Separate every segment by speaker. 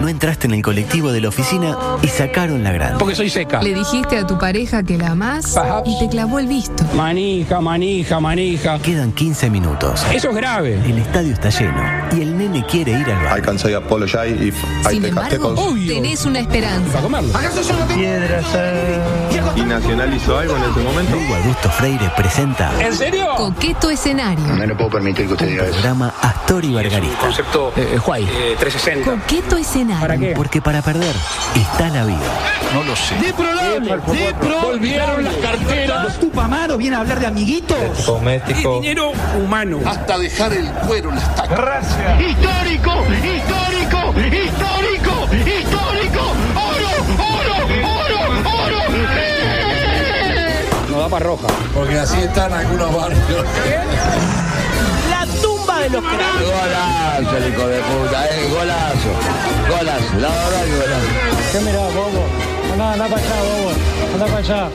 Speaker 1: No entraste en el colectivo de la oficina y sacaron la grande.
Speaker 2: Porque soy
Speaker 3: Ah.
Speaker 2: seca.
Speaker 4: Le dijiste a tu pareja que la amás
Speaker 2: Perhaps.
Speaker 4: y te clavó el visto.
Speaker 2: Manija, manija, manija.
Speaker 1: Quedan 15 minutos.
Speaker 2: Eso es grave.
Speaker 1: El estadio está lleno y el nene quiere ir al
Speaker 5: I
Speaker 1: bar.
Speaker 5: can say apologize if I
Speaker 4: Sin
Speaker 5: take
Speaker 4: embargo,
Speaker 5: obstacles.
Speaker 2: Obvio.
Speaker 4: tenés una
Speaker 2: Para
Speaker 4: esperanza.
Speaker 2: comerlo.
Speaker 5: ¿Y Nacional hizo algo en ese momento?
Speaker 1: Hugo Augusto Freire presenta
Speaker 2: ¿En serio?
Speaker 4: Coqueto escenario.
Speaker 3: No me puedo permitir que usted diga eso.
Speaker 1: programa Astor y Bargarita.
Speaker 6: Concepto
Speaker 2: Eh, Juay.
Speaker 6: eh, 360.
Speaker 4: Coqueto
Speaker 2: ¿Para
Speaker 4: escenario.
Speaker 2: qué?
Speaker 1: Porque para perder está la vida.
Speaker 2: Volvieron las carteras. ¿Los Tupamaro viene a hablar de amiguitos? Cosmético. dinero humano.
Speaker 7: hasta dejar el cuero en las tacas.
Speaker 8: histórico, histórico, histórico, histórico, oro, oro, oro, oro.
Speaker 2: Nos da para roja.
Speaker 7: Porque así están algunos barrios.
Speaker 9: La tumba de los cráneos.
Speaker 7: Golazo, el hijo de puta, eh, golazo. Golazo, la verdad que golazo.
Speaker 2: ¿Qué mirá, Bobo? Andá, andá para allá, Bobo. Andá para allá.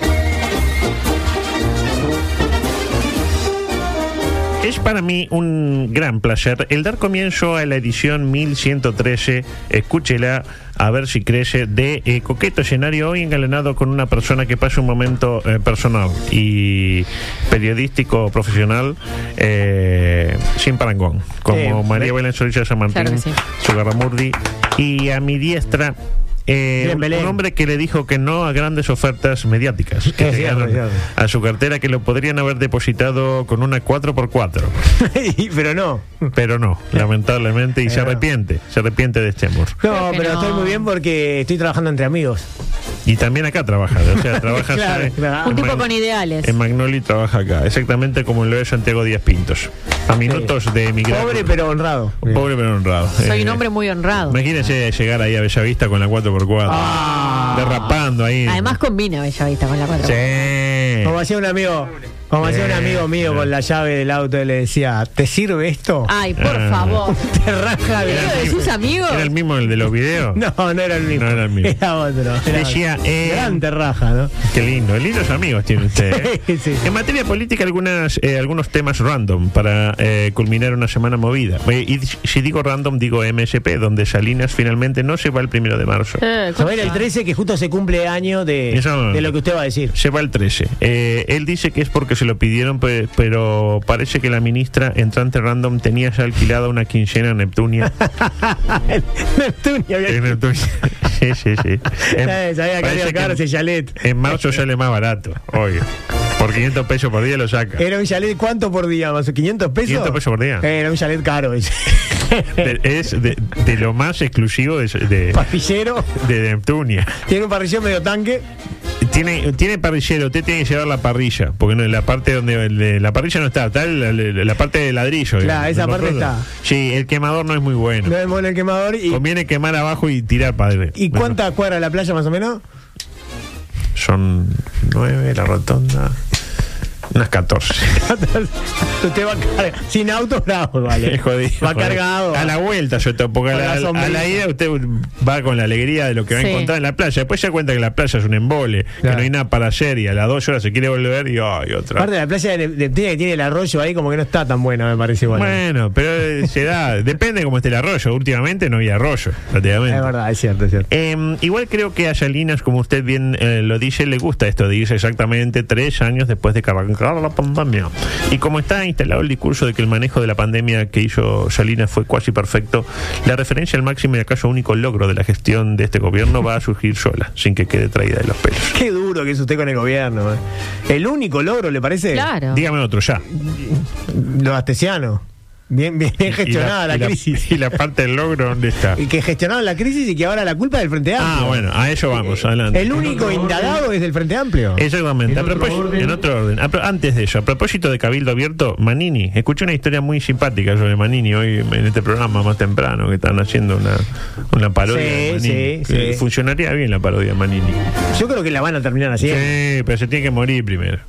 Speaker 10: Es para mí un gran placer el dar comienzo a la edición 1113, escúchela a ver si crece, de eh, Coqueto Escenario, hoy engalanado con una persona que pasa un momento eh, personal y periodístico profesional eh, sin parangón, como
Speaker 9: Eh,
Speaker 10: María
Speaker 9: eh.
Speaker 10: Belén Solís San Martín,
Speaker 9: Claro que sí.
Speaker 10: Sugarramurdi, y a mi diestra... eh,
Speaker 9: Bien,
Speaker 10: un-
Speaker 9: Belén.
Speaker 10: un hombre que le dijo que no a grandes ofertas mediáticas que
Speaker 9: Es cierto,
Speaker 10: llegaron
Speaker 9: es cierto.
Speaker 10: a su cartera que lo podrían haber depositado con una 4x4,
Speaker 9: Y- pero no.
Speaker 10: pero no, lamentablemente, y se arrepiente, se arrepiente de este amor.
Speaker 9: No,
Speaker 4: que
Speaker 9: pero
Speaker 4: no.
Speaker 9: estoy muy bien porque estoy trabajando entre amigos.
Speaker 10: Y también acá trabaja, o sea, trabaja
Speaker 9: Claro,
Speaker 10: en-
Speaker 9: claro.
Speaker 10: en
Speaker 9: Un tipo
Speaker 10: Mag-
Speaker 11: con ideales.
Speaker 10: En Magnoli trabaja acá, exactamente como lo es Santiago Díaz Pintos, a minutos de emigrar.
Speaker 9: Pobre pero honrado.
Speaker 10: Pobre pero honrado.
Speaker 11: Soy un
Speaker 10: Eh,
Speaker 11: hombre muy honrado.
Speaker 10: Imagínense llegar ahí a Bellavista con la 4x4, derrapando ahí.
Speaker 11: Ah. Además combina Bellavista con la cuatro.
Speaker 9: Como
Speaker 10: Sí.
Speaker 9: hacía un amigo, como hacía un amigo mío con la llave del auto y le decía, ¿te sirve esto?
Speaker 11: Ay, por
Speaker 10: Ah.
Speaker 11: favor.
Speaker 9: Te raja de
Speaker 11: ¿Amigo de sus amigos?
Speaker 10: ¿Era el mismo el de los videos?
Speaker 9: No, no era el mismo.
Speaker 10: No era el mismo.
Speaker 9: Era otro. Era
Speaker 10: Decía,
Speaker 9: otro.
Speaker 10: eh,
Speaker 9: Gran terraja, ¿no?
Speaker 10: Qué lindo, lindos amigos tiene usted. ¿eh?
Speaker 9: Sí, sí.
Speaker 10: En materia política, algunas, eh, algunos temas random para eh, culminar una semana movida. Eh, y si digo random, digo MSP, donde Salinas finalmente no se va el primero de marzo.
Speaker 11: Eh,
Speaker 9: Se va a ir el 13 que justo se cumple año de,
Speaker 10: Eso-
Speaker 9: de lo que usted va a decir.
Speaker 10: Se va el 13. Eh, él dice que es porque se lo pidieron, pe- pero parece que la ministra entrante random tenía ya alquilada una quincena en Neptunia.
Speaker 9: Neptunio,
Speaker 10: en
Speaker 9: había-
Speaker 10: Neptunia. sí, sí, sí. En-
Speaker 9: Eh, sabía que
Speaker 10: parece
Speaker 9: había
Speaker 10: que
Speaker 9: caro ese chalet.
Speaker 10: en marzo sale más barato, obvio. Por 500 pesos por día lo saca.
Speaker 9: Era un chalet, ¿cuánto por día? ¿Más o 500 pesos?
Speaker 10: 500 pesos por día.
Speaker 9: Era un chalet caro. ese.
Speaker 10: De- es de, de lo más exclusivo de, de,
Speaker 9: Parrillero,
Speaker 10: de Neptunia.
Speaker 9: tiene un parrillero medio tanque.
Speaker 10: Tiene, tiene parrillero, usted tiene que llevar la parrilla, porque no, la parte donde de- la parrilla no está, está la, la- la parte de ladrillo.
Speaker 9: Claro, esa
Speaker 10: ¿no?
Speaker 9: parte está.
Speaker 10: Sí, el quemador no es muy bueno.
Speaker 9: No es mono el quemador. ¿Y,
Speaker 10: Conviene quemar abajo y tirar padre.
Speaker 9: ¿y
Speaker 10: Bueno,
Speaker 9: cuántas cuadras la playa más o menos?
Speaker 10: son nueve, la rotonda. Unas 14.
Speaker 9: Usted va a cargar- sin auto, bravo, vale.
Speaker 10: Es jodido.
Speaker 9: va cargado.
Speaker 10: A la vuelta, yo te- porque a
Speaker 9: Con
Speaker 10: la,
Speaker 9: la sombrilla.
Speaker 10: a la ida usted va con la alegría de lo que va a
Speaker 11: Sí.
Speaker 10: encontrar en la playa. Después se da cuenta que la playa es un embole, que
Speaker 9: Claro.
Speaker 10: no hay nada para hacer y a las dos horas se quiere volver y ay, otra.
Speaker 9: Aparte de la playa de Neptunia que tiene el arroyo ahí, como que no está tan buena, me parece igual.
Speaker 10: Bueno, pero eh, se da, depende cómo esté el arroyo. Últimamente no había arroyo, prácticamente.
Speaker 9: Es verdad, es cierto, es cierto.
Speaker 10: Eh, igual creo que a Salinas, como usted bien eh, lo dice, le gusta esto de irse exactamente tres años después de que arrancara la pandemia. Y como está instalado el discurso de que el manejo de la pandemia que hizo Salinas fue casi perfecto, la referencia al máximo y acaso único logro de la gestión de este gobierno va a surgir sola, sin que quede traída de los pelos.
Speaker 9: Qué duro que es usted con el gobierno. eh. El único logro, ¿le parece?
Speaker 11: Claro.
Speaker 10: Dígame otro ya.
Speaker 9: Lo astesiano. Bien, bien bien gestionada la,
Speaker 10: y
Speaker 9: crisis.
Speaker 10: Y la parte del logro, ¿dónde está?
Speaker 9: Y que gestionaron la crisis y que ahora la culpa es del Frente Amplio.
Speaker 10: Ah, bueno, a eso vamos, adelante.
Speaker 9: El único indagado es del Frente Amplio.
Speaker 10: Exactamente. A propósito- en otro orden. A pro- antes de eso, a propósito de Cabildo Abierto, Manini. Escuché una historia muy simpática sobre Manini hoy en este programa más temprano, que están haciendo una, una parodia. de
Speaker 9: Sí,
Speaker 10: Manini,
Speaker 9: sí,
Speaker 10: que
Speaker 9: sí.
Speaker 10: Funcionaría bien la parodia de Manini.
Speaker 9: Yo creo que la van a terminar así. ¿eh?
Speaker 10: Sí, pero se tiene que morir primero.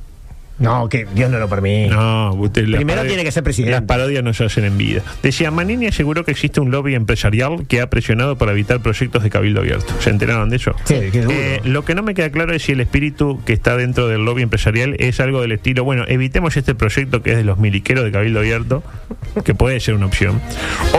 Speaker 9: No, que Dios no lo permite.
Speaker 10: No, usted, la
Speaker 9: Primero
Speaker 10: parodia-
Speaker 9: tiene que ser presidente.
Speaker 10: Las parodias no se hacen en vida. Decía, Manini aseguró que existe un lobby empresarial que ha presionado para evitar proyectos de cabildo abierto. ¿Se enteraron de eso?
Speaker 9: Sí, qué duro.
Speaker 10: Eh, lo que no me queda claro es si el espíritu que está dentro del lobby empresarial es algo del estilo, bueno, evitemos este proyecto que es de los miliqueros de Cabildo Abierto, que puede ser una opción,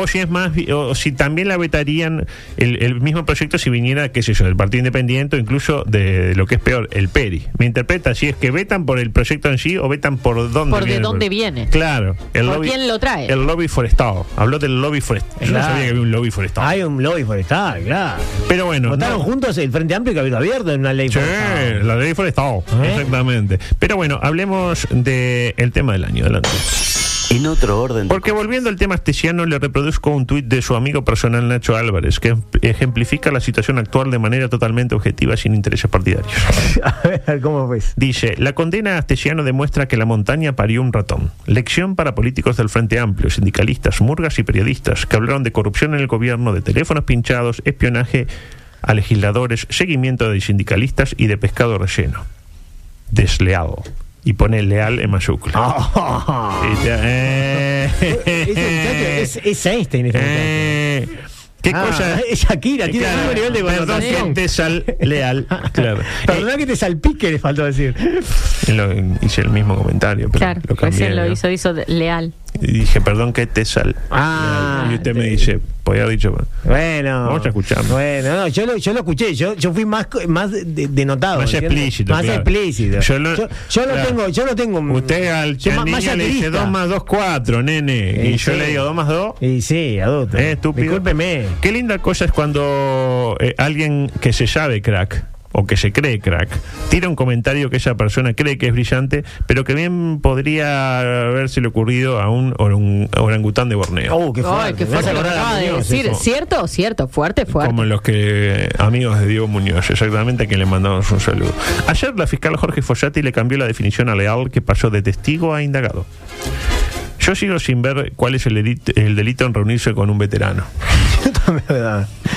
Speaker 10: o si es más, vi- o si también la vetarían el, el mismo proyecto si viniera, qué sé yo, del Partido Independiente o incluso de, lo que es peor, el PERI. Me interpreta si es que vetan por el proyecto en sí o vetan por dónde
Speaker 11: Por de
Speaker 10: el
Speaker 11: dónde
Speaker 10: proyecto.
Speaker 11: viene.
Speaker 10: Claro. El
Speaker 11: ¿Por quién lo trae?
Speaker 10: El lobby forestal. Habló del lobby forestal. Yo no
Speaker 9: Claro.
Speaker 10: sabía que había un lobby forestal.
Speaker 9: Hay un lobby forestal, claro.
Speaker 10: Pero bueno.
Speaker 9: Votaron
Speaker 10: no.
Speaker 9: juntos el Frente Amplio y Cabildo Abierto en una ley
Speaker 10: Sí,
Speaker 9: forestal.
Speaker 10: la ley forestal.
Speaker 9: ¿Eh?
Speaker 10: Exactamente. Pero bueno, hablemos del el tema del año. Adelante.
Speaker 1: En otro orden, de
Speaker 10: Porque volviendo al tema astesiano, le reproduzco un tuit de su amigo personal Nacho Álvarez, que ejemplifica la situación actual de manera totalmente objetiva, sin intereses partidarios.
Speaker 9: A ver, ¿cómo fue? eso?
Speaker 10: Dice, la condena a Astesiano demuestra que la montaña parió un ratón. Lección para políticos del Frente Amplio, sindicalistas, murgas y periodistas que hablaron de corrupción en el gobierno, de teléfonos pinchados, espionaje a legisladores, seguimiento de sindicalistas y de pescado relleno. Desleado. Y pone leal en mayúscula. Y te- eh,
Speaker 9: Ese Ah. Este muchacho es, es Einstein, ese muchacho.
Speaker 10: eh, ¿Qué
Speaker 9: Ah,
Speaker 10: cosa?
Speaker 9: es Shakira, tiene el mismo nivel de
Speaker 10: Perdón
Speaker 9: connotación.
Speaker 10: que te sal leal. Claro. Eh.
Speaker 9: Perdón que te salpique, le faltó decir.
Speaker 10: Lo- hice el mismo comentario, pero
Speaker 11: Claro,
Speaker 10: lo cambié.
Speaker 11: recién lo
Speaker 10: ¿no?
Speaker 11: hizo, hizo de- leal.
Speaker 10: Y dije, perdón que te sal.
Speaker 9: Ah,
Speaker 10: y usted me
Speaker 9: te-
Speaker 10: dice, podía haber dicho.
Speaker 9: Bueno.
Speaker 10: Vamos a escuchar.
Speaker 9: Bueno, no, yo lo, yo lo escuché, yo, yo fui más, co- más de- de- denotado.
Speaker 10: Más
Speaker 9: ¿entiendes?
Speaker 10: explícito,
Speaker 9: Más
Speaker 10: claro.
Speaker 9: explícito.
Speaker 10: Yo lo-
Speaker 9: yo lo
Speaker 10: claro.
Speaker 9: tengo, yo lo tengo. mm,
Speaker 10: Usted al
Speaker 9: yo ma-
Speaker 10: niño
Speaker 9: más
Speaker 10: le dice
Speaker 9: activista.
Speaker 10: 2 más 2, 4, nene.
Speaker 9: Eh,
Speaker 10: y yo
Speaker 9: sí.
Speaker 10: le digo 2 más 2.
Speaker 9: Y sí, adulto.
Speaker 10: Eh, estúpido.
Speaker 9: Discúlpeme.
Speaker 10: Qué linda cosa es cuando eh, alguien que se sabe crack o que se cree crack, tira un comentario que esa persona cree que es brillante, pero que bien podría haberse le ocurrido a un orang- orangután de Borneo.
Speaker 9: Oh, qué fuerte.
Speaker 11: Ay, qué
Speaker 9: me hace
Speaker 11: fuerte lo que
Speaker 9: acordar a
Speaker 11: acaba de
Speaker 9: Muñoz,
Speaker 11: decir.
Speaker 9: eso.
Speaker 11: ¿Cierto? ¿Cierto? Fuerte, fuerte.
Speaker 10: Como los que amigos de Diego Muñoz, exactamente, a quien le mandamos un saludo. Ayer la fiscal Jorge Fossati le cambió la definición a leal que pasó de testigo a indagado. Yo sigo sin ver cuál es el delito, el delito en reunirse con un veterano.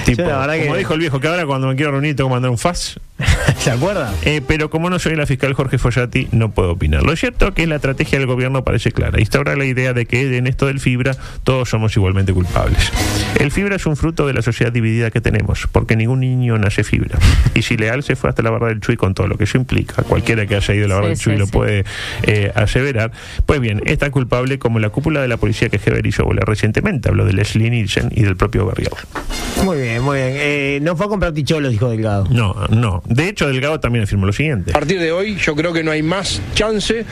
Speaker 10: Tipo,
Speaker 9: Yo la verdad
Speaker 10: como
Speaker 9: que-
Speaker 10: dijo el viejo, que ahora cuando me quiero reunir tengo que mandar un fax.
Speaker 9: ¿Se acuerda?
Speaker 10: Eh, pero como no soy la fiscal Jorge Follati, no puedo opinar. Lo cierto que la estrategia del gobierno parece clara. Instaura la idea de que en esto del fibra todos somos igualmente culpables. El fibra es un fruto de la sociedad dividida que tenemos, porque ningún niño nace fibra. Y si Leal se fue hasta la barra del Chuy con todo lo que eso implica, cualquiera que haya ido a la barra
Speaker 11: Sí,
Speaker 10: del Chuy
Speaker 11: sí,
Speaker 10: lo
Speaker 11: sí.
Speaker 10: puede eh, aseverar, pues bien, es tan culpable como la cúpula de la policía que Heber hizo volar recientemente. Habló de Leslie Nielsen y del propio Berrial.
Speaker 9: Muy bien, muy bien. Eh, no fue a comprar ticholos, dijo Delgado.
Speaker 10: No, no. De hecho, Delgado también afirmó lo siguiente.
Speaker 3: A partir de hoy yo creo que no hay más chance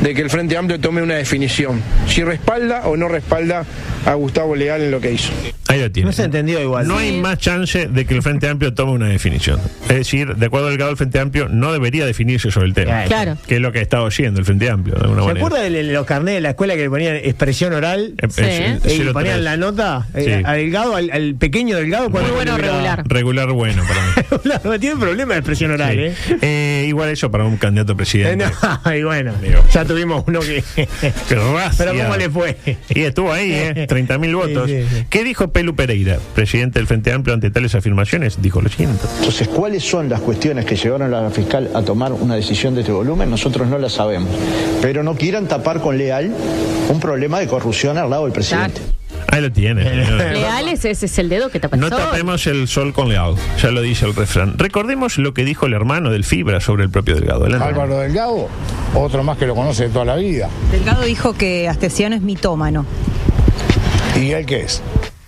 Speaker 3: de que el Frente Amplio tome una definición, si respalda o no respalda a Gustavo Leal en lo que hizo.
Speaker 10: Ahí lo tiene.
Speaker 9: No se entendió igual.
Speaker 10: Pues No hay más chance de que el Frente Amplio tome una definición. Es decir, de acuerdo al grado del Frente Amplio, no debería definirse sobre el tema.
Speaker 11: Claro.
Speaker 10: Que es lo que ha estado haciendo el Frente Amplio, de alguna
Speaker 9: ¿Se
Speaker 10: manera.
Speaker 9: acuerda de le- los carnés de la escuela que le ponían expresión oral?
Speaker 10: Eh,
Speaker 11: Sí,
Speaker 10: eh,
Speaker 11: ¿eh?
Speaker 9: Eh, y
Speaker 10: 03.
Speaker 9: ponían la nota eh,
Speaker 10: Sí.
Speaker 9: a Delgado, al, al pequeño Delgado.
Speaker 11: Muy
Speaker 9: cuando
Speaker 11: bueno
Speaker 9: liberaba.
Speaker 11: regular.
Speaker 10: Regular bueno para mí.
Speaker 9: No tiene problema de expresión oral, ¿eh?
Speaker 10: Sí. Eh, igual eso para un candidato a
Speaker 9: Eh,
Speaker 10: presidente.
Speaker 9: no, y bueno,
Speaker 10: Digo.
Speaker 9: ya tuvimos uno que.
Speaker 10: Qué racia.
Speaker 9: Pero ¿cómo le fue?
Speaker 10: Y estuvo ahí, ¿eh? 30.000 votos.
Speaker 9: Sí, sí, sí.
Speaker 10: ¿Qué dijo Pelu Pereira, presidente del Frente Amplio, ante tales afirmaciones? Dijo lo siguiente.
Speaker 6: Entonces, ¿cuáles son las cuestiones que llevaron a la fiscal a tomar una decisión de este volumen? Nosotros no las sabemos. Pero no quieran tapar con leal un problema de corrupción al lado del presidente.
Speaker 10: Ahí lo tiene. señor.
Speaker 11: Leal es, ese es el dedo que tapa el
Speaker 10: No
Speaker 11: sol.
Speaker 10: tapemos el sol con leal, ya lo dice el refrán. Recordemos lo que dijo el hermano del Fibra sobre el propio Delgado. Adelante.
Speaker 3: Delgado, otro más que lo conoce de toda la vida.
Speaker 6: Delgado dijo que Astesiano es mitómano.
Speaker 3: ¿Y él qué es?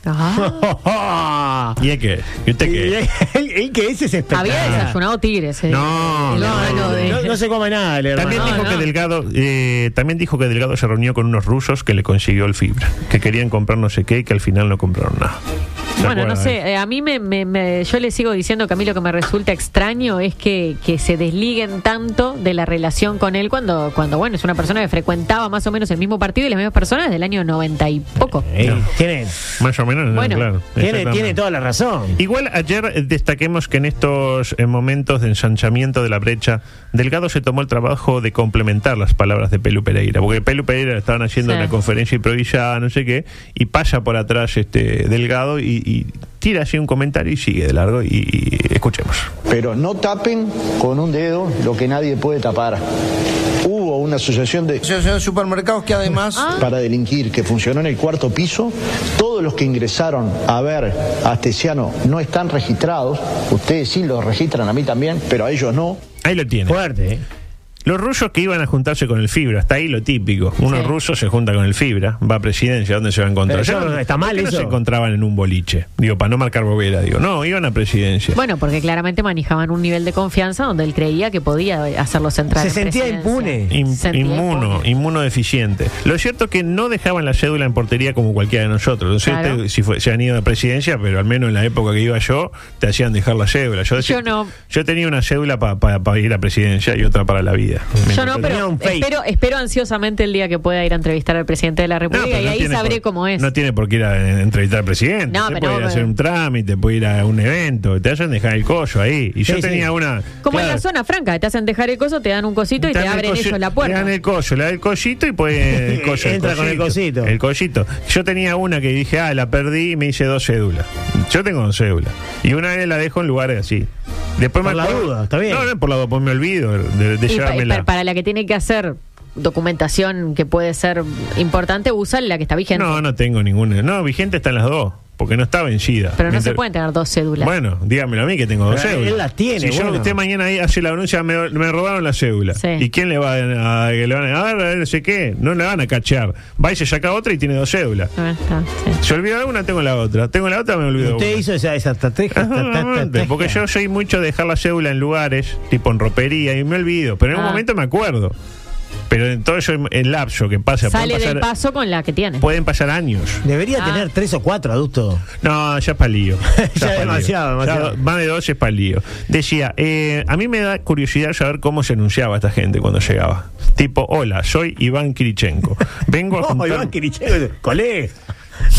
Speaker 11: Ah,
Speaker 10: ¿Y es qué? ¿Y usted
Speaker 9: Ah. Y
Speaker 10: qué?
Speaker 9: él, él que ese es
Speaker 11: había
Speaker 9: espectacular.
Speaker 11: desayunado tigres. eh.
Speaker 10: No,
Speaker 11: El
Speaker 10: no,
Speaker 11: órgano de-
Speaker 9: No, no se come nada, el hermano.
Speaker 10: También
Speaker 11: No,
Speaker 10: dijo
Speaker 11: no.
Speaker 10: que Delgado, eh, también dijo que Delgado se reunió con unos rusos que le consiguió el Fibra, que querían comprar no sé qué y que al final no compraron nada. ¿Se
Speaker 11: Bueno, no
Speaker 10: acuerdan?
Speaker 11: sé, eh, a mí me, me- me- yo le sigo diciendo que a mí lo que me resulta extraño es que, que se desliguen tanto de la relación con él cuando, cuando, bueno, es una persona que frecuentaba más o menos el mismo partido y las mismas personas del año 90 y poco.
Speaker 9: Eh,
Speaker 10: No.
Speaker 9: tiene,
Speaker 10: Más o menos, no,
Speaker 11: Bueno.
Speaker 10: claro.
Speaker 9: tiene,
Speaker 10: Exactamente.
Speaker 9: tiene toda la razón.
Speaker 10: Igual ayer eh, destaquemos que en estos eh, momentos de ensanchamiento de la brecha, Delgado se tomó el trabajo de complementar las palabras de Pelu Pereira, porque Pelu Pereira estaban haciendo
Speaker 11: Sí.
Speaker 10: una conferencia improvisada, no sé qué, y pasa por atrás este Delgado y, y tira así un comentario y sigue de largo y, y escuchemos.
Speaker 6: Pero no tapen con un dedo lo que nadie puede tapar. Hubo una asociación de
Speaker 12: supermercados que además
Speaker 6: para delinquir que funcionó en el cuarto piso. Todos los que ingresaron a ver a Astesiano no están registrados. Ustedes sí los registran, a mí también, pero a ellos no.
Speaker 10: Ahí lo tiene.
Speaker 9: Fuerte, ¿eh?
Speaker 10: Los rusos que iban a juntarse con el Fibra, hasta ahí lo típico. Uno
Speaker 9: Sí.
Speaker 10: ruso se junta con el Fibra, va a presidencia, ¿dónde se va a encontrar?
Speaker 9: Pero eso
Speaker 10: Yo-
Speaker 9: no está
Speaker 10: ¿por
Speaker 9: mal,
Speaker 10: qué No
Speaker 9: eso?
Speaker 10: se encontraban en un boliche, digo, para no marcar bobera, digo. No, iban a presidencia.
Speaker 11: Bueno, porque claramente manejaban un nivel de confianza donde él creía que podía hacerlo central.
Speaker 9: Se sentía impune.
Speaker 10: Im-
Speaker 11: Sentía
Speaker 10: inmuno, inmunodeficiente. Lo cierto es que no dejaban la cédula en portería como cualquiera de nosotros. No sé
Speaker 11: Claro.
Speaker 10: usted si fue- se han ido a presidencia, pero al menos en la época que iba yo, te hacían dejar la cédula. Yo, decía-
Speaker 11: Yo no.
Speaker 10: yo tenía una cédula para ir a presidencia y otra para la vida. Me
Speaker 11: Yo no,
Speaker 10: encantó.
Speaker 11: pero espero, espero ansiosamente el día que pueda ir a entrevistar al presidente de la
Speaker 10: No,
Speaker 11: República
Speaker 10: pero
Speaker 11: y
Speaker 10: no
Speaker 11: ahí
Speaker 10: tiene
Speaker 11: sabré
Speaker 10: por-
Speaker 11: cómo es.
Speaker 10: No tiene por qué ir a eh, entrevistar al presidente.
Speaker 11: No,
Speaker 10: Usted
Speaker 11: pero
Speaker 10: puede ir a
Speaker 11: vos-
Speaker 10: hacer un trámite, puede ir a un evento. Te hacen dejar el collo ahí. Y yo
Speaker 9: Sí, sí.
Speaker 10: tenía una.
Speaker 11: Como en
Speaker 10: claro,
Speaker 11: la zona franca, te hacen dejar el coso, te dan un cosito y te,
Speaker 10: dan el
Speaker 11: abren
Speaker 10: collo-
Speaker 11: ellos la
Speaker 10: Le
Speaker 11: puerta.
Speaker 10: dan el collo, le dan el collito y pues el collo,
Speaker 9: Entra con el cosito.
Speaker 10: El collito. Yo tenía una que dije, ah, la perdí y me hice dos cédulas. Yo tengo dos cédulas. Y una vez la dejo en lugares así. Después
Speaker 9: Por
Speaker 10: me
Speaker 9: la
Speaker 10: acuerdo-
Speaker 9: duda, está bien.
Speaker 10: No, no, por la duda, pues me olvido de, de
Speaker 11: Y pa-
Speaker 10: llevármela.
Speaker 11: pa- para la que tiene que hacer documentación que puede ser importante, usa la que está vigente.
Speaker 10: no, no tengo ninguna. No, vigente están las dos, porque no está vencida.
Speaker 11: pero no se
Speaker 10: Mientras-
Speaker 11: pueden tener dos cédulas.
Speaker 10: Bueno, dígamelo a mí que tengo dos
Speaker 9: Pero él- él
Speaker 10: cédulas.
Speaker 9: las tiene,
Speaker 10: Si yo-
Speaker 9: bueno.
Speaker 10: usted mañana ahí hace la denuncia, me, me robaron la cédula.
Speaker 11: Sí.
Speaker 10: ¿Y quién le va a, a- que le van a, a ver, a ver, no sé qué? No le van a cachear. Va y se saca otra y tiene dos cédulas.
Speaker 11: Ah, está, sí.
Speaker 10: Se olvidó de una, tengo la otra. Tengo la otra, me olvido. de
Speaker 9: Usted
Speaker 10: una. Ah,
Speaker 9: hizo esa, esa estrategia. esta- esta- esta-
Speaker 10: Exactamente, Porque yo soy mucho de dejar la cédula en lugares, tipo en ropería, y me olvido. Pero en un
Speaker 11: Ah.
Speaker 10: momento me acuerdo. Pero en todo eso, el lapso que pasa,
Speaker 11: Sale
Speaker 10: pueden
Speaker 11: del
Speaker 10: pasar,
Speaker 11: paso con la que tiene.
Speaker 10: pueden pasar años.
Speaker 9: Debería
Speaker 11: Ah.
Speaker 9: tener tres o cuatro adultos.
Speaker 10: No, ya es palío.
Speaker 9: Ya demasiado, demasiado.
Speaker 10: más de dos es palío. Decía, eh, a mí me da curiosidad saber cómo se anunciaba esta gente cuando llegaba. Tipo, hola, soy Iván Kirichenko. Vengo a
Speaker 9: No,
Speaker 10: juntar...
Speaker 9: Oh, Iván Kirichenko, colega.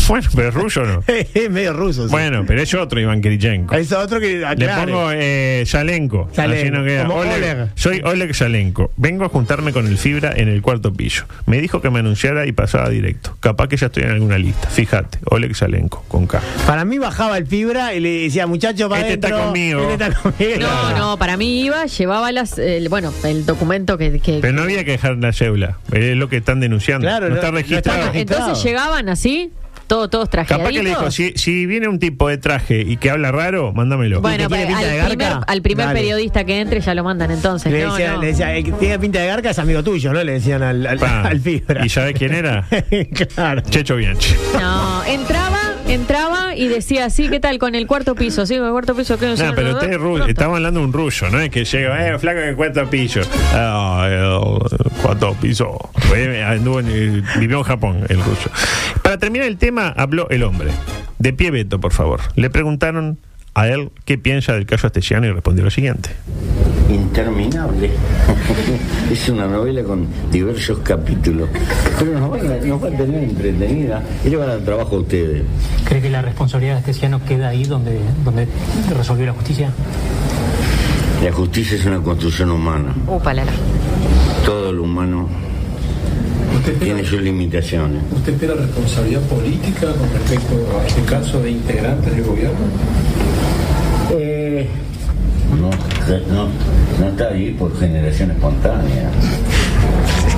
Speaker 10: Bueno, pero es ruso no.
Speaker 9: Es medio ruso. sí.
Speaker 10: Bueno, pero es otro Iván Kirichenko.
Speaker 9: Es otro que
Speaker 10: Le
Speaker 9: aclare.
Speaker 10: pongo eh, Yalenko.
Speaker 9: Yalenko,
Speaker 10: Así no queda.
Speaker 9: como
Speaker 10: Oleg.
Speaker 9: Oleg.
Speaker 10: Soy Oleg Yalenko. Vengo a juntarme con el Fibra en el cuarto piso. Me dijo que me anunciara y pasaba directo. Capaz que ya estoy en alguna lista. Fíjate, Oleg Yalenko, con K.
Speaker 9: Para mí bajaba el fibra y le decía, muchacho, para
Speaker 10: Este está conmigo.
Speaker 9: Este está conmigo.
Speaker 11: No, no, para mí iba, llevaba las, el- bueno, el documento que... que-
Speaker 10: Pero no había que dejar la cédula, es lo que están denunciando.
Speaker 9: Claro,
Speaker 10: no está
Speaker 9: no- no
Speaker 10: registrado.
Speaker 9: está registrado.
Speaker 11: entonces llegaban así, todo, todos trajeaditos.
Speaker 10: Capaz que le dijo, si, si viene un tipo de traje y que habla raro, mándamelo.
Speaker 11: Bueno, eh,
Speaker 9: ¿Usted tiene
Speaker 11: al,
Speaker 9: pinta de
Speaker 11: primer,
Speaker 9: garca?
Speaker 11: al primer
Speaker 9: Dale.
Speaker 11: periodista que entre ya lo mandan entonces.
Speaker 9: Le
Speaker 11: No,
Speaker 9: decía,
Speaker 11: no.
Speaker 9: le decía, el que tiene pinta de garca es amigo tuyo, ¿no? Le decían al, al,
Speaker 10: Pa.
Speaker 9: al fibra.
Speaker 10: Ah. ¿Y sabe quién era?
Speaker 9: claro.
Speaker 10: Checho Bianchi.
Speaker 11: No, entraba, entraba y decía, sí, ¿qué tal? Con el cuarto piso, sí, con el cuarto piso. ¿qué?
Speaker 10: No, pero usted es ruso, estamos hablando de un ruso, ¿no? Es que llega, eh, flaco de cuatro pisos. Ah, eh, cuatro pisos. Eh, anduvo en el- vivió en Japón, el ruso. Para terminar el tema, habló el hombre. De pie Beto, por favor. Le preguntaron a él qué piensa del caso Astesiano y respondió lo siguiente.
Speaker 7: Interminable. es una novela con diversos capítulos. Pero nos van a, nos va a tener entretenida y le van a dar trabajo a ustedes.
Speaker 13: ¿Cree que la responsabilidad de Astesiano queda ahí donde, donde resolvió la justicia?
Speaker 7: La justicia es una construcción humana.
Speaker 11: Upalala.
Speaker 7: Todo lo humano tiene sus limitaciones.
Speaker 14: ¿Usted espera responsabilidad política con respecto a este caso de integrantes del gobierno?
Speaker 7: Eh, no, no, no está ahí por generación espontánea.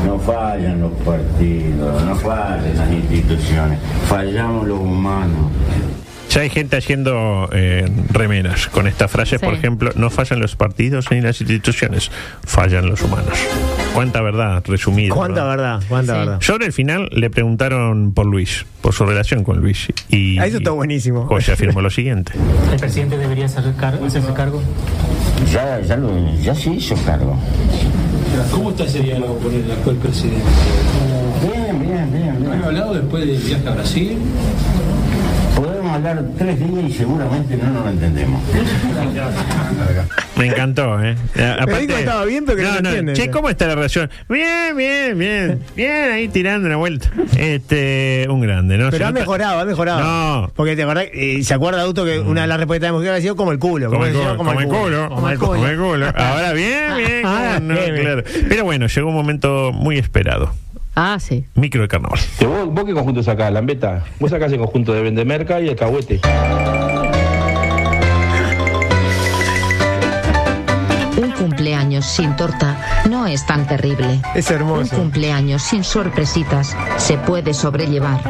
Speaker 7: No fallan los partidos, no fallan las instituciones, fallamos los humanos.
Speaker 10: Ya hay gente haciendo eh, remeras con esta frase,
Speaker 11: Sí.
Speaker 10: por ejemplo, no fallan los partidos ni las instituciones, fallan los humanos. Cuánta verdad resumida.
Speaker 9: Cuánta
Speaker 10: ¿no?
Speaker 9: verdad, cuánta
Speaker 11: Sí.
Speaker 9: verdad.
Speaker 10: Sobre el final le preguntaron por Luis, por su relación con Luis. Y
Speaker 9: Ah, Eso está buenísimo.
Speaker 10: José afirmó lo siguiente.
Speaker 13: ¿El presidente debería hacer car- hacerse cargo?
Speaker 7: Ya, ya, lo, ya se hizo cargo.
Speaker 14: ¿Cómo está ese diálogo con el actual presidente?
Speaker 7: Bien, bien, bien,
Speaker 14: ¿Han
Speaker 7: bien.
Speaker 14: hablado después del viaje a Brasil?
Speaker 7: Podemos hablar tres días y seguramente no nos entendemos.
Speaker 10: Me encantó, ¿eh? A-
Speaker 9: Me dijo que estaba bien, pero que no lo entiende.
Speaker 10: Che, ¿cómo está la relación? Bien, bien, bien. Bien, ahí tirando una vuelta. Este, un grande, ¿no? Se
Speaker 9: Pero ha
Speaker 10: nota-
Speaker 9: mejorado, ha mejorado.
Speaker 10: No.
Speaker 9: Porque te acordás, eh, se acuerda adulto que una de las respuestas de mujer había sido como el culo.
Speaker 10: Como el
Speaker 9: que se
Speaker 10: culo,
Speaker 9: llama,
Speaker 10: como el culo,
Speaker 9: Como el culo.
Speaker 10: como el culo. Ahora bien, bien, cómo
Speaker 9: Ah,
Speaker 10: no,
Speaker 9: bien, bien.
Speaker 10: claro. Pero bueno, llegó un momento muy esperado.
Speaker 11: Ah, sí.
Speaker 10: Micro de carnaval.
Speaker 15: ¿Vos, vos qué conjunto sacás, Lambeta? Vos sacás el conjunto de Vendemerca y el Cahuete.
Speaker 16: Un cumpleaños sin torta no no es tan terrible.
Speaker 9: Es hermoso.
Speaker 16: Un cumpleaños sin sorpresitas se puede sobrellevar.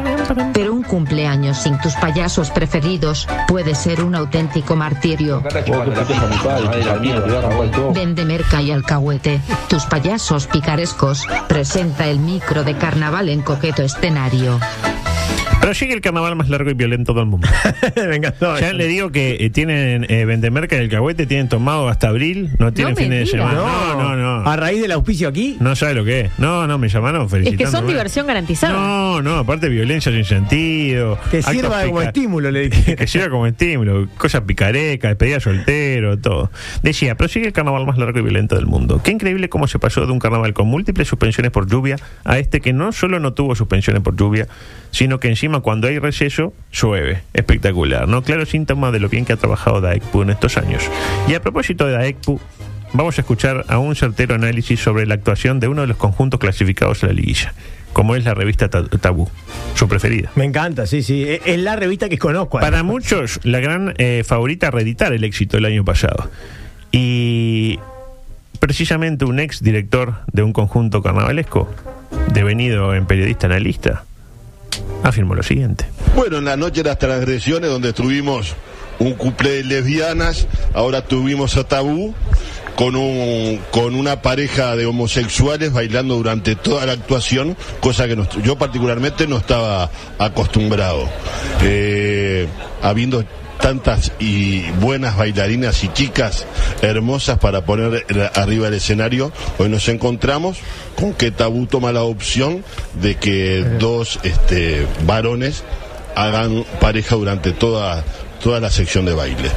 Speaker 16: Pero un cumpleaños sin tus payasos preferidos puede ser un auténtico martirio. Vende merca y alcahuete. Tus payasos picarescos presenta el micro de carnaval en coqueto escenario.
Speaker 10: Pero sigue el carnaval más largo y violento del mundo.
Speaker 9: Me encantó.
Speaker 10: Ya le digo que eh, tienen eh, Vendemerca en el Cahuete, tienen tomado hasta abril, no tienen
Speaker 11: me
Speaker 10: fines de
Speaker 11: digas.
Speaker 10: semana. No, no, no.
Speaker 9: A raíz del auspicio aquí.
Speaker 10: No sabe lo que es. No, no, me llamaron
Speaker 11: Es
Speaker 10: felicitando. ¿eh?
Speaker 11: que son diversión garantizada.
Speaker 10: No, no, aparte violencia sin sentido.
Speaker 9: Que
Speaker 10: actos
Speaker 9: sirva como
Speaker 10: pica-
Speaker 9: estímulo, le dije.
Speaker 10: Que sirva como estímulo. Cosas picarecas, despedida soltero, todo. Decía, pero sigue el carnaval más largo y violento del mundo. Qué increíble cómo se pasó de un carnaval con múltiples suspensiones por lluvia a este que no solo no tuvo suspensiones por lluvia, sino que encima cuando hay receso, llueve. Espectacular, ¿no? Claro síntoma de lo bien que ha trabajado Daekpu en estos años. Y a propósito de Daekpu, vamos a escuchar a un certero análisis sobre la actuación de uno de los conjuntos clasificados a la liguilla, como es la revista Ta- Tabú, su preferida.
Speaker 9: Me encanta, sí, sí. E- Es la revista que conozco.
Speaker 10: Para muchos, la gran eh, favorita a reeditar el éxito del año pasado. Y precisamente un ex director de un conjunto carnavalesco, devenido en periodista analista, afirmó lo siguiente.
Speaker 17: Bueno, en la noche de las transgresiones, donde tuvimos un cuplé de lesbianas, ahora tuvimos a Tabú con, un, con una pareja de homosexuales bailando durante toda la actuación, cosa que no- yo particularmente no estaba acostumbrado. Eh, habiendo tantas y buenas bailarinas y chicas hermosas para poner la- arriba del escenario, hoy nos encontramos con que Tabú toma la opción de que dos este, varones hagan pareja durante toda, toda la sección de baile.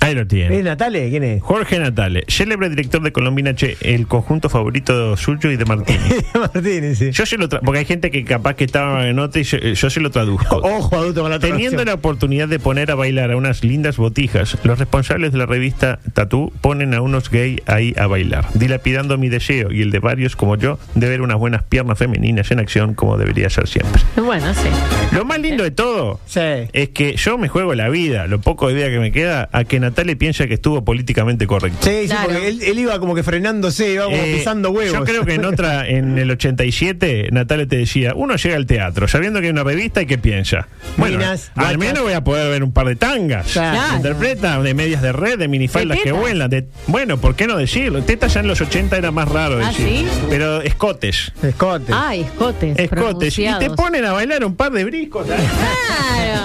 Speaker 10: Ahí lo tiene.
Speaker 9: ¿Es Natale? ¿Quién es?
Speaker 10: Jorge Natale, célebre director de Colombina Che, el conjunto favorito suyo y de Martín.
Speaker 9: Martínez, sí.
Speaker 10: Yo se lo tra- porque hay gente que capaz que estaba en otra y yo, eh, yo se lo traduzco.
Speaker 9: Ojo, adulto, con la
Speaker 10: Teniendo
Speaker 9: traducción.
Speaker 10: la oportunidad de poner a bailar a unas lindas botijas, los responsables de la revista Tatú ponen a unos gay ahí a bailar, dilapidando mi deseo y el de varios como yo de ver unas buenas piernas femeninas en acción como debería ser siempre.
Speaker 11: Bueno, sí.
Speaker 10: Lo más lindo de todo
Speaker 9: Sí.
Speaker 10: es que yo me juego la vida, lo poco de vida que me queda, a que Natale piensa que estuvo políticamente correcto.
Speaker 9: Sí, sí,
Speaker 11: Claro.
Speaker 9: porque él, él iba como que frenándose, iba como
Speaker 10: Eh,
Speaker 9: pisando huevos.
Speaker 10: Yo creo que en otra, en el 87, Natalia te decía, uno llega al teatro sabiendo que hay una revista y qué piensa. Bueno,
Speaker 9: Minas,
Speaker 10: al
Speaker 9: guachas.
Speaker 10: menos voy a poder ver un par de tangas.
Speaker 9: Claro.
Speaker 10: ¿Me Interpreta de medias de red, de minifaldas
Speaker 11: De
Speaker 10: que
Speaker 11: tetas.
Speaker 10: vuelan. de- bueno, ¿por qué no decirlo? Tetas ya en los 80 era más raro
Speaker 11: ¿Ah,
Speaker 10: decir.
Speaker 11: sí?
Speaker 10: Pero escotes.
Speaker 9: Escote.
Speaker 11: Ay, escotes.
Speaker 10: Escotes. Y te
Speaker 11: pronunciados.
Speaker 10: ponen a bailar un par de briscos. ¿eh?
Speaker 11: Claro.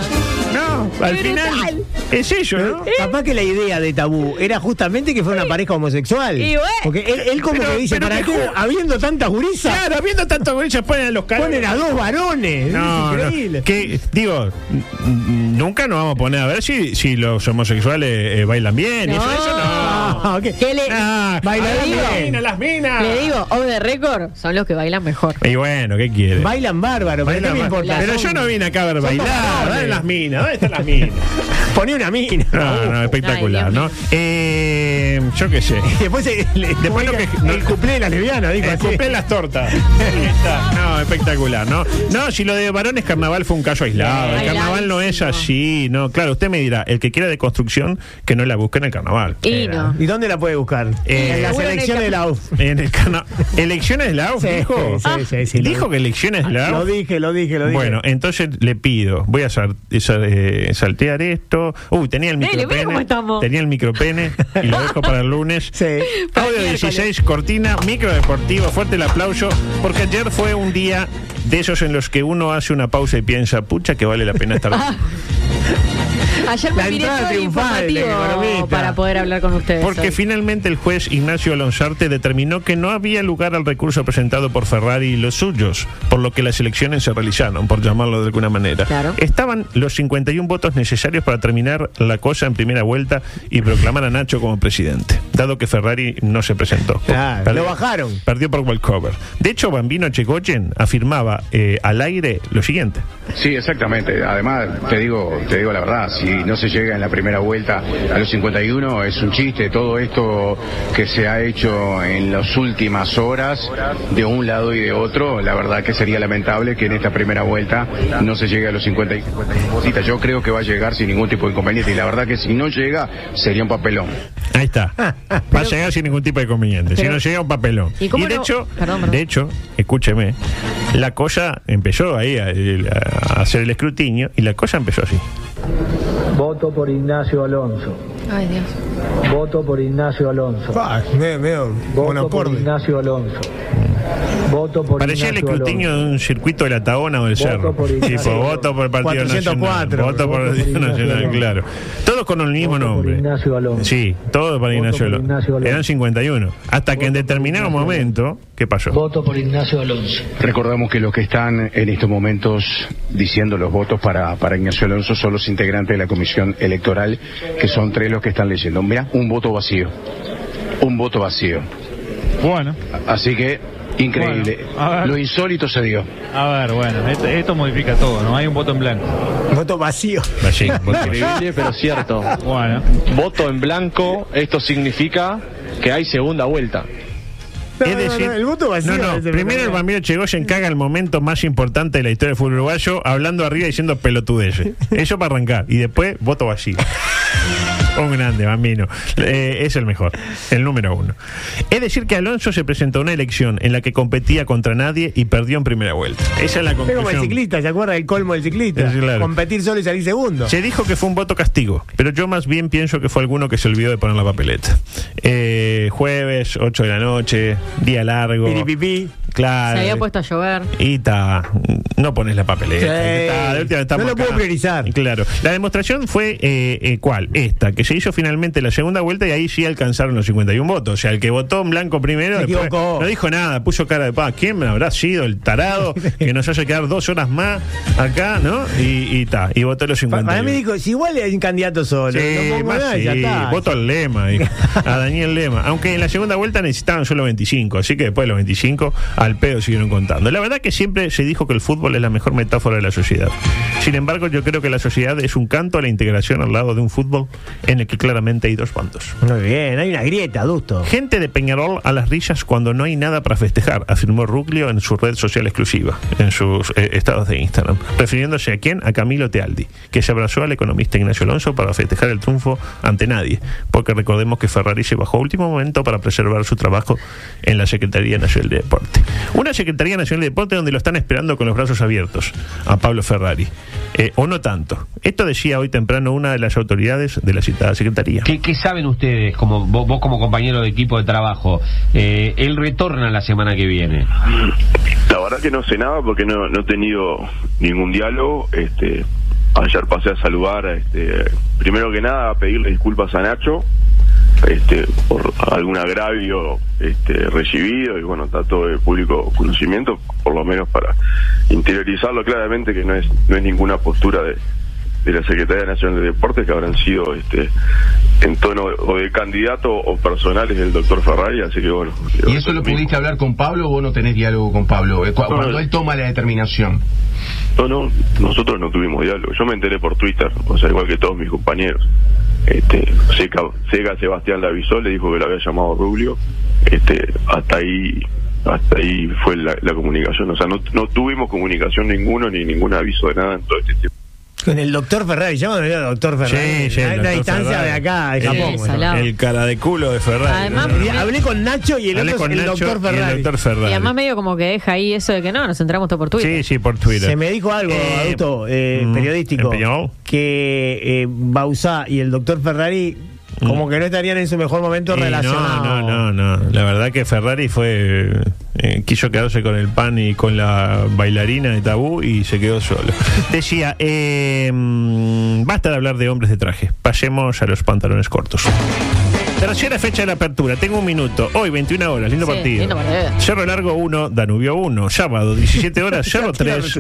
Speaker 10: No, al final es ello, ¿no?
Speaker 9: Capaz que la idea de tabú era justamente que fuera una pareja homosexual.
Speaker 11: Y bueno.
Speaker 9: Porque él, él como
Speaker 10: Pero-
Speaker 9: que dice,
Speaker 10: pero
Speaker 9: ¿para
Speaker 10: que
Speaker 9: qué?
Speaker 10: ju-
Speaker 9: Habiendo tantas gurisas,
Speaker 10: Claro, habiendo tantos gorillas ponen a los caras.
Speaker 9: ponen a dos varones.
Speaker 10: No,
Speaker 9: es
Speaker 10: no.
Speaker 9: increíble.
Speaker 10: Que, digo, n- n- nunca nos vamos a poner a ver si, si los homosexuales eh, bailan bien. Eso, eso no.
Speaker 9: Ah, ok.
Speaker 11: ¿Qué le,
Speaker 10: Nah,
Speaker 9: Bailar
Speaker 10: a las
Speaker 11: bien.
Speaker 10: minas, las minas.
Speaker 11: le digo? Off the record son los que bailan mejor.
Speaker 10: Y bueno, ¿qué quiere?
Speaker 9: Bailan bárbaro, pero
Speaker 10: Bailan
Speaker 9: no me
Speaker 10: más.
Speaker 9: importa.
Speaker 10: Pero yo no vine acá a ver bailar.
Speaker 9: bailables.
Speaker 10: ¿Dónde están las minas? ¿Dónde están las minas?
Speaker 9: Poné una mina.
Speaker 10: No, no, espectacular,
Speaker 11: Ay, Dios
Speaker 10: ¿no? Eh, yo qué sé.
Speaker 9: Y después eh, le-
Speaker 10: Después
Speaker 9: como
Speaker 10: lo
Speaker 9: diga,
Speaker 10: que- no-
Speaker 9: el cuplé de la lesbiana, dijo así.
Speaker 10: Escupé las tortas. Ahí está. No, espectacular, ¿no? No, si lo de varones carnaval fue un caso aislado. El
Speaker 11: Aislado,
Speaker 10: carnaval no es
Speaker 11: sí, no.
Speaker 10: así, no. Claro, usted me dirá, el que quiera de construcción, que no la busque en el carnaval.
Speaker 11: Y
Speaker 10: Era.
Speaker 11: no.
Speaker 9: ¿Y dónde la puede buscar?
Speaker 10: Eh,
Speaker 9: en la
Speaker 10: seguro
Speaker 9: selección
Speaker 11: en el
Speaker 9: de la UF.
Speaker 10: En el carna- ¿Elecciones de la AUF?
Speaker 9: Sí,
Speaker 10: dijo
Speaker 9: sí, sí, sí, lo
Speaker 10: dijo
Speaker 9: dije.
Speaker 10: que elecciones de la
Speaker 9: Lo
Speaker 10: AUF.
Speaker 9: dije, lo dije, lo dije.
Speaker 10: Bueno, entonces le pido, voy a sal- sal- eh, saltear esto. Uy, tenía el
Speaker 11: Dele, mira cómo
Speaker 10: micropene.
Speaker 11: estamos.
Speaker 10: Tenía el micropene y lo dejo para el lunes.
Speaker 9: Sí.
Speaker 11: Para
Speaker 10: Audio
Speaker 11: miércoles.
Speaker 10: 16, cortina, micro deportivo, fuerte el aplauso, porque ayer fue un día de esos en los que uno hace una pausa y piensa, pucha, que vale la pena estar.
Speaker 11: Ayer me
Speaker 9: La
Speaker 11: miré
Speaker 9: entrada
Speaker 11: todo el
Speaker 9: triunfal del
Speaker 11: informativo
Speaker 9: economista.
Speaker 11: para poder hablar con ustedes.
Speaker 10: Porque
Speaker 11: hoy.
Speaker 10: finalmente el juez Ignacio Alonsarte determinó que no había lugar al recurso presentado por Ferrari y los suyos, por lo que las elecciones se realizaron, por llamarlo de alguna manera.
Speaker 11: Claro.
Speaker 10: Estaban los 51 votos necesarios para terminar la cosa en primera vuelta y proclamar a Nacho como presidente, dado que Ferrari no se presentó.
Speaker 9: Claro, lo bajaron.
Speaker 10: Perdió por walkover. De hecho, Bambino Chegoyen afirmaba eh, al aire lo siguiente.
Speaker 18: Sí, exactamente. Además, te digo, te digo la verdad, si si no se llega en la primera vuelta a los 51 es un chiste. Todo esto que se ha hecho en las últimas horas de un lado y de otro, la verdad que sería lamentable que en esta primera vuelta no se llegue a los 51. Yo creo que va a llegar sin ningún tipo de inconveniente y la verdad que si no llega sería un papelón.
Speaker 10: Ahí está. Va a llegar sin ningún tipo de inconveniente. si
Speaker 18: Ah, pero-
Speaker 10: no llega un papelón.
Speaker 18: ¿Y
Speaker 10: Y,
Speaker 18: cómo
Speaker 10: de
Speaker 18: no-
Speaker 10: hecho,
Speaker 18: Perdón, perdón.
Speaker 10: de hecho, escúcheme, la cosa empezó ahí a, a hacer el escrutinio y la cosa empezó así.
Speaker 2: Voto por Ignacio Alonso.
Speaker 4: Ay, Dios.
Speaker 2: Voto por Ignacio Alonso. Voto por Ignacio Alonso. Voto por
Speaker 10: Parecía el
Speaker 2: Ignacio
Speaker 10: escrutinio de un circuito de la Tabona o del
Speaker 2: Voto
Speaker 10: Cerro.
Speaker 2: por Ignacio.
Speaker 10: Tipo, voto por el Partido
Speaker 2: 404,
Speaker 10: Nacional. Voto por el Partido
Speaker 2: Ignacio
Speaker 10: Nacional,
Speaker 2: Alonso.
Speaker 10: claro. Todos con el mismo nombre. Sí, todos para Ignacio Alonso. Eran 51. Hasta que en determinado momento, ¿qué pasó?
Speaker 2: Voto por Ignacio Alonso.
Speaker 18: Recordamos que los que están en estos momentos diciendo los votos para, para Ignacio Alonso son los integrantes de la comisión electoral, que son tres los que están leyendo. Mira, un voto vacío. Un voto vacío.
Speaker 19: Bueno.
Speaker 18: Así que, increíble.
Speaker 19: Bueno, a ver.
Speaker 18: Lo insólito se dio.
Speaker 19: A ver, bueno, esto, esto modifica todo, ¿no? Hay un voto en blanco. Voto vacío.
Speaker 20: Increíble, pero cierto.
Speaker 19: Bueno.
Speaker 20: Voto en blanco, esto significa que hay segunda vuelta.
Speaker 10: es decir,
Speaker 19: no, el voto vacío
Speaker 10: no, no,
Speaker 19: es el
Speaker 10: primero el Bambino Chegoyen caga el momento más importante de la historia del fútbol uruguayo hablando arriba y diciendo pelotudeces. Eso para arrancar. Y después, voto vacío. Un grande, Bambino. Eh, es el mejor, el número uno. Es decir, que Alonso se presentó a una elección en la que competía contra nadie y perdió en primera vuelta. Esa es la
Speaker 9: Es como el
Speaker 10: conclusión.
Speaker 9: ciclista, ¿se acuerda del colmo del ciclista?
Speaker 10: Sí, claro.
Speaker 9: Competir solo y salir segundo.
Speaker 10: Se dijo que fue un voto castigo, pero yo más bien pienso que fue alguno que se olvidó de poner la papeleta. Eh, jueves, 8 de la noche, día largo.
Speaker 11: Piripipí.
Speaker 10: Claro.
Speaker 11: Se había puesto a llover.
Speaker 10: Y ta, no pones la papeleta.
Speaker 11: Sí.
Speaker 10: Ta, de última estamos
Speaker 11: No lo
Speaker 10: acá.
Speaker 11: puedo
Speaker 9: priorizar.
Speaker 10: Claro. La demostración fue, eh, eh, ¿cuál? Esta, que se hizo finalmente la segunda vuelta y ahí sí alcanzaron los 51 votos. O sea, el que votó en blanco primero
Speaker 9: Se
Speaker 10: después
Speaker 9: equivocó.
Speaker 10: no dijo nada, puso cara de paz. ¿Quién habrá sido el tarado que nos haya quedar dos horas más acá, no? Y, y ta, y votó los 51.
Speaker 9: Para mí dijo, si igual hay un candidato solo,
Speaker 10: Sí,
Speaker 9: no pongo
Speaker 10: más
Speaker 9: nada, y ya
Speaker 10: sí,
Speaker 9: está.
Speaker 10: Voto al Lema, dijo. a Daniel Lema. Aunque en la segunda vuelta necesitaban solo 25, así que después de los 25 al pedo siguieron contando. La verdad que siempre se dijo que el fútbol es la mejor metáfora de la sociedad. Sin embargo, yo creo que la sociedad es un canto a la integración al lado de un fútbol en el que claramente hay dos bandos.
Speaker 9: Muy bien, hay una grieta, adusto.
Speaker 10: Gente de Peñarol a las risas cuando no hay nada para festejar, afirmó Ruglio en su red social exclusiva, en sus eh, estados de Instagram, refiriéndose a quién, a Camilo Tealdi, que se abrazó al economista Ignacio Alonso para festejar el triunfo ante nadie, porque recordemos que Ferrari se bajó a último momento para preservar su trabajo en la Secretaría Nacional de Deporte. Una Secretaría Nacional de Deporte donde lo están esperando con los brazos abiertos a Pablo Ferrari, Eh, o no tanto. Esto decía hoy temprano una de las autoridades de la citada Secretaría.
Speaker 21: ¿Qué, qué saben ustedes, como vos, vos como compañero de equipo de trabajo? Eh, él retorna la semana que viene.
Speaker 22: La verdad que no sé nada porque no, no he tenido ningún diálogo. Este, ayer pasé a saludar, este, primero que nada, a pedirle disculpas a Nacho este, por algún agravio este, recibido y bueno, está todo de público conocimiento, por lo menos para interiorizarlo claramente que no es, no es ninguna postura de, de la Secretaría Nacional de Deportes que habrán sido este, en tono o de candidato o personales del doctor Ferrari, así que bueno,
Speaker 23: ¿Y eso lo pudiste hablar con Pablo o vos no tenés diálogo con Pablo? Eh, cu-
Speaker 22: No,
Speaker 23: Cuando
Speaker 22: no.
Speaker 23: él toma la determinación.
Speaker 22: No, no, nosotros no tuvimos diálogo. Yo me enteré por Twitter, o sea, igual que todos mis compañeros. Este, Seca, Sega Sebastián le avisó, le dijo que lo había llamado Rubio. Este, hasta ahí hasta ahí fue la, la comunicación. O sea, no, no tuvimos comunicación ninguno ni ningún aviso de nada en todo este tiempo.
Speaker 9: Con el doctor Ferrari, llámame al doctor Ferrari.
Speaker 10: Sí, sí,
Speaker 9: a
Speaker 10: el
Speaker 9: una
Speaker 10: doctor
Speaker 9: distancia
Speaker 10: Ferrari.
Speaker 9: de acá, de
Speaker 10: El-
Speaker 9: Japón.
Speaker 10: el,
Speaker 9: bueno. Eh,
Speaker 10: cara de culo de Ferrari.
Speaker 11: Además,
Speaker 10: ¿no?
Speaker 9: Hablé con Nacho y el
Speaker 10: Hablé
Speaker 9: otro
Speaker 10: con
Speaker 9: es el
Speaker 10: Nacho
Speaker 9: doctor
Speaker 10: y el
Speaker 9: Ferrari.
Speaker 10: doctor Ferrari.
Speaker 11: Y además medio como que deja ahí eso de que no, nos entramos todo por Twitter.
Speaker 10: Sí, sí, por Twitter.
Speaker 9: Se me dijo algo, adulto, eh,
Speaker 10: mm,
Speaker 9: periodístico,
Speaker 10: ¿en Peñarol?
Speaker 9: que eh, Bausá y el doctor Ferrari como que no estarían en su mejor momento
Speaker 10: Mm. Y
Speaker 9: relacionados.
Speaker 10: No, no, no, no. La verdad que Ferrari fue. eh, quiso quedarse con el pan y con la bailarina de tabú y se quedó solo. Decía, eh, mm, basta de hablar de hombres de traje. Pasemos a los pantalones cortos. Tercera fecha de la apertura, tengo un minuto. Hoy, 21 horas, lindo
Speaker 11: Sí,
Speaker 10: partido.
Speaker 11: lindo partido.
Speaker 10: Cerro Largo 1, Danubio 1. Sábado, 17 horas, Cerro 3.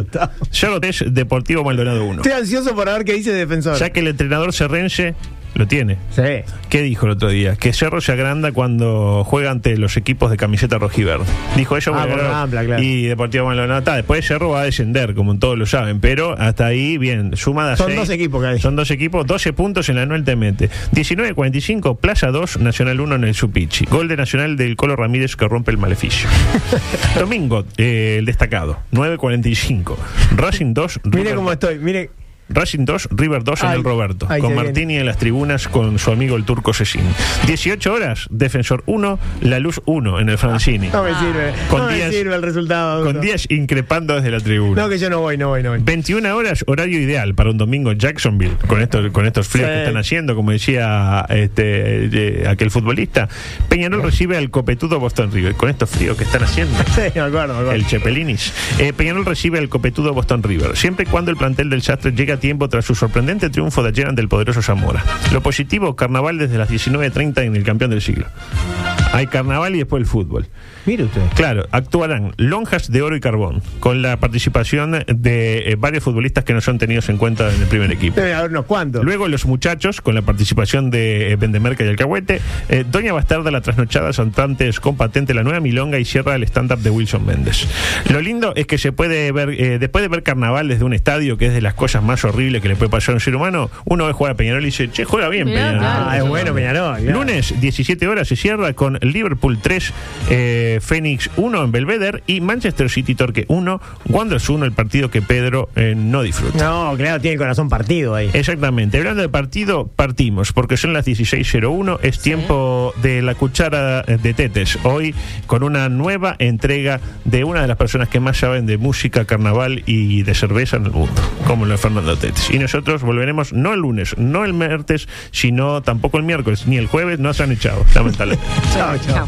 Speaker 10: Cerro 3, Deportivo Maldonado 1.
Speaker 9: Estoy ansioso por ver qué dice el defensor.
Speaker 10: Ya que el entrenador serrense Lo tiene. Sí. ¿Qué dijo el otro día? Que Cerro se agranda cuando juega ante los equipos de camiseta rojiverde. Dijo eso
Speaker 9: Ah, por la ampla, claro.
Speaker 10: y Deportivo Maldonado. Está, Después Cerro va a descender, como todos lo saben, pero hasta ahí, bien, sumada
Speaker 9: Son dos
Speaker 10: equipos Son dos equipos, 12 puntos en la anual te mete. 19-45, Plaza 2, Nacional 1 en el Supichi. Gol de Nacional del Colo Ramírez que rompe el maleficio. Domingo, eh, el destacado, 9-45. Racing 2,
Speaker 9: Mire cómo estoy, mire.
Speaker 10: Racing 2, River 2 en
Speaker 9: Ay,
Speaker 10: el Roberto,
Speaker 9: ay,
Speaker 10: con
Speaker 9: qué bien.
Speaker 10: Martini en las tribunas con su amigo el turco Cecín. 18 horas, Defensor 1, La Luz 1 en el Francini.
Speaker 9: No me sirve.
Speaker 10: Ah. Con
Speaker 9: Ah, no me
Speaker 10: diez-
Speaker 9: sirve el resultado.
Speaker 10: Con
Speaker 9: Augusto.
Speaker 10: 10 increpando desde la tribuna.
Speaker 9: No, que yo no voy, no voy, no voy.
Speaker 10: 21 horas, horario ideal para un domingo en Jacksonville, con, estos con estos fríos
Speaker 9: Sí.
Speaker 10: que están haciendo, como decía este, eh, aquel futbolista. Peñarol recibe al copetudo Boston River, con estos fríos que están haciendo. El Chepelinis. Eh, Peñarol recibe al copetudo Boston River, siempre y cuando el plantel del Sastre llegue a tiempo tras su sorprendente triunfo de ayer ante el poderoso Zamora. Lo positivo, carnaval desde las 19.30 en el campeón del siglo. Hay carnaval y después el fútbol.
Speaker 9: Mire usted.
Speaker 10: Claro, actuarán lonjas de oro y carbón, con la participación de eh, varios futbolistas que no son tenidos en cuenta en el primer equipo.
Speaker 9: Debe haber unos cuantos.
Speaker 10: Luego los muchachos, con la participación de eh, Vendemerca y Alcahuete, eh, Doña Bastarda, La Trasnochada, Santantes, con patente La Nueva Milonga y cierra el stand-up de Wilson Méndez. Lo lindo es que se puede ver, eh, después de ver carnaval desde un estadio, que es de las cosas más horribles que le puede pasar a un ser humano, uno ve jugar a Peñarol y dice, che, juega bien
Speaker 9: Mirá,
Speaker 10: Peñarol.
Speaker 9: claro. Ah, es bueno Peñarol, claro.
Speaker 10: Lunes, 17 horas, se cierra con Liverpool 3, eh, Phoenix 1 en Belvedere y Manchester City Torque 1, Wanderers 1, el partido que Pedro eh, no disfruta.
Speaker 9: No, claro, tiene el corazón partido ahí.
Speaker 10: Exactamente. Hablando de partido, partimos, porque son las 16.01, es tiempo de la cuchara de Tetes. Hoy con una nueva entrega de una de las personas que más saben de música, carnaval y de cerveza en el mundo, como lo es Fernando Tetes. Y nosotros volveremos no el lunes, no el martes, sino tampoco el miércoles, ni el jueves, no se han echado, lamentablemente.
Speaker 9: Chao, chao.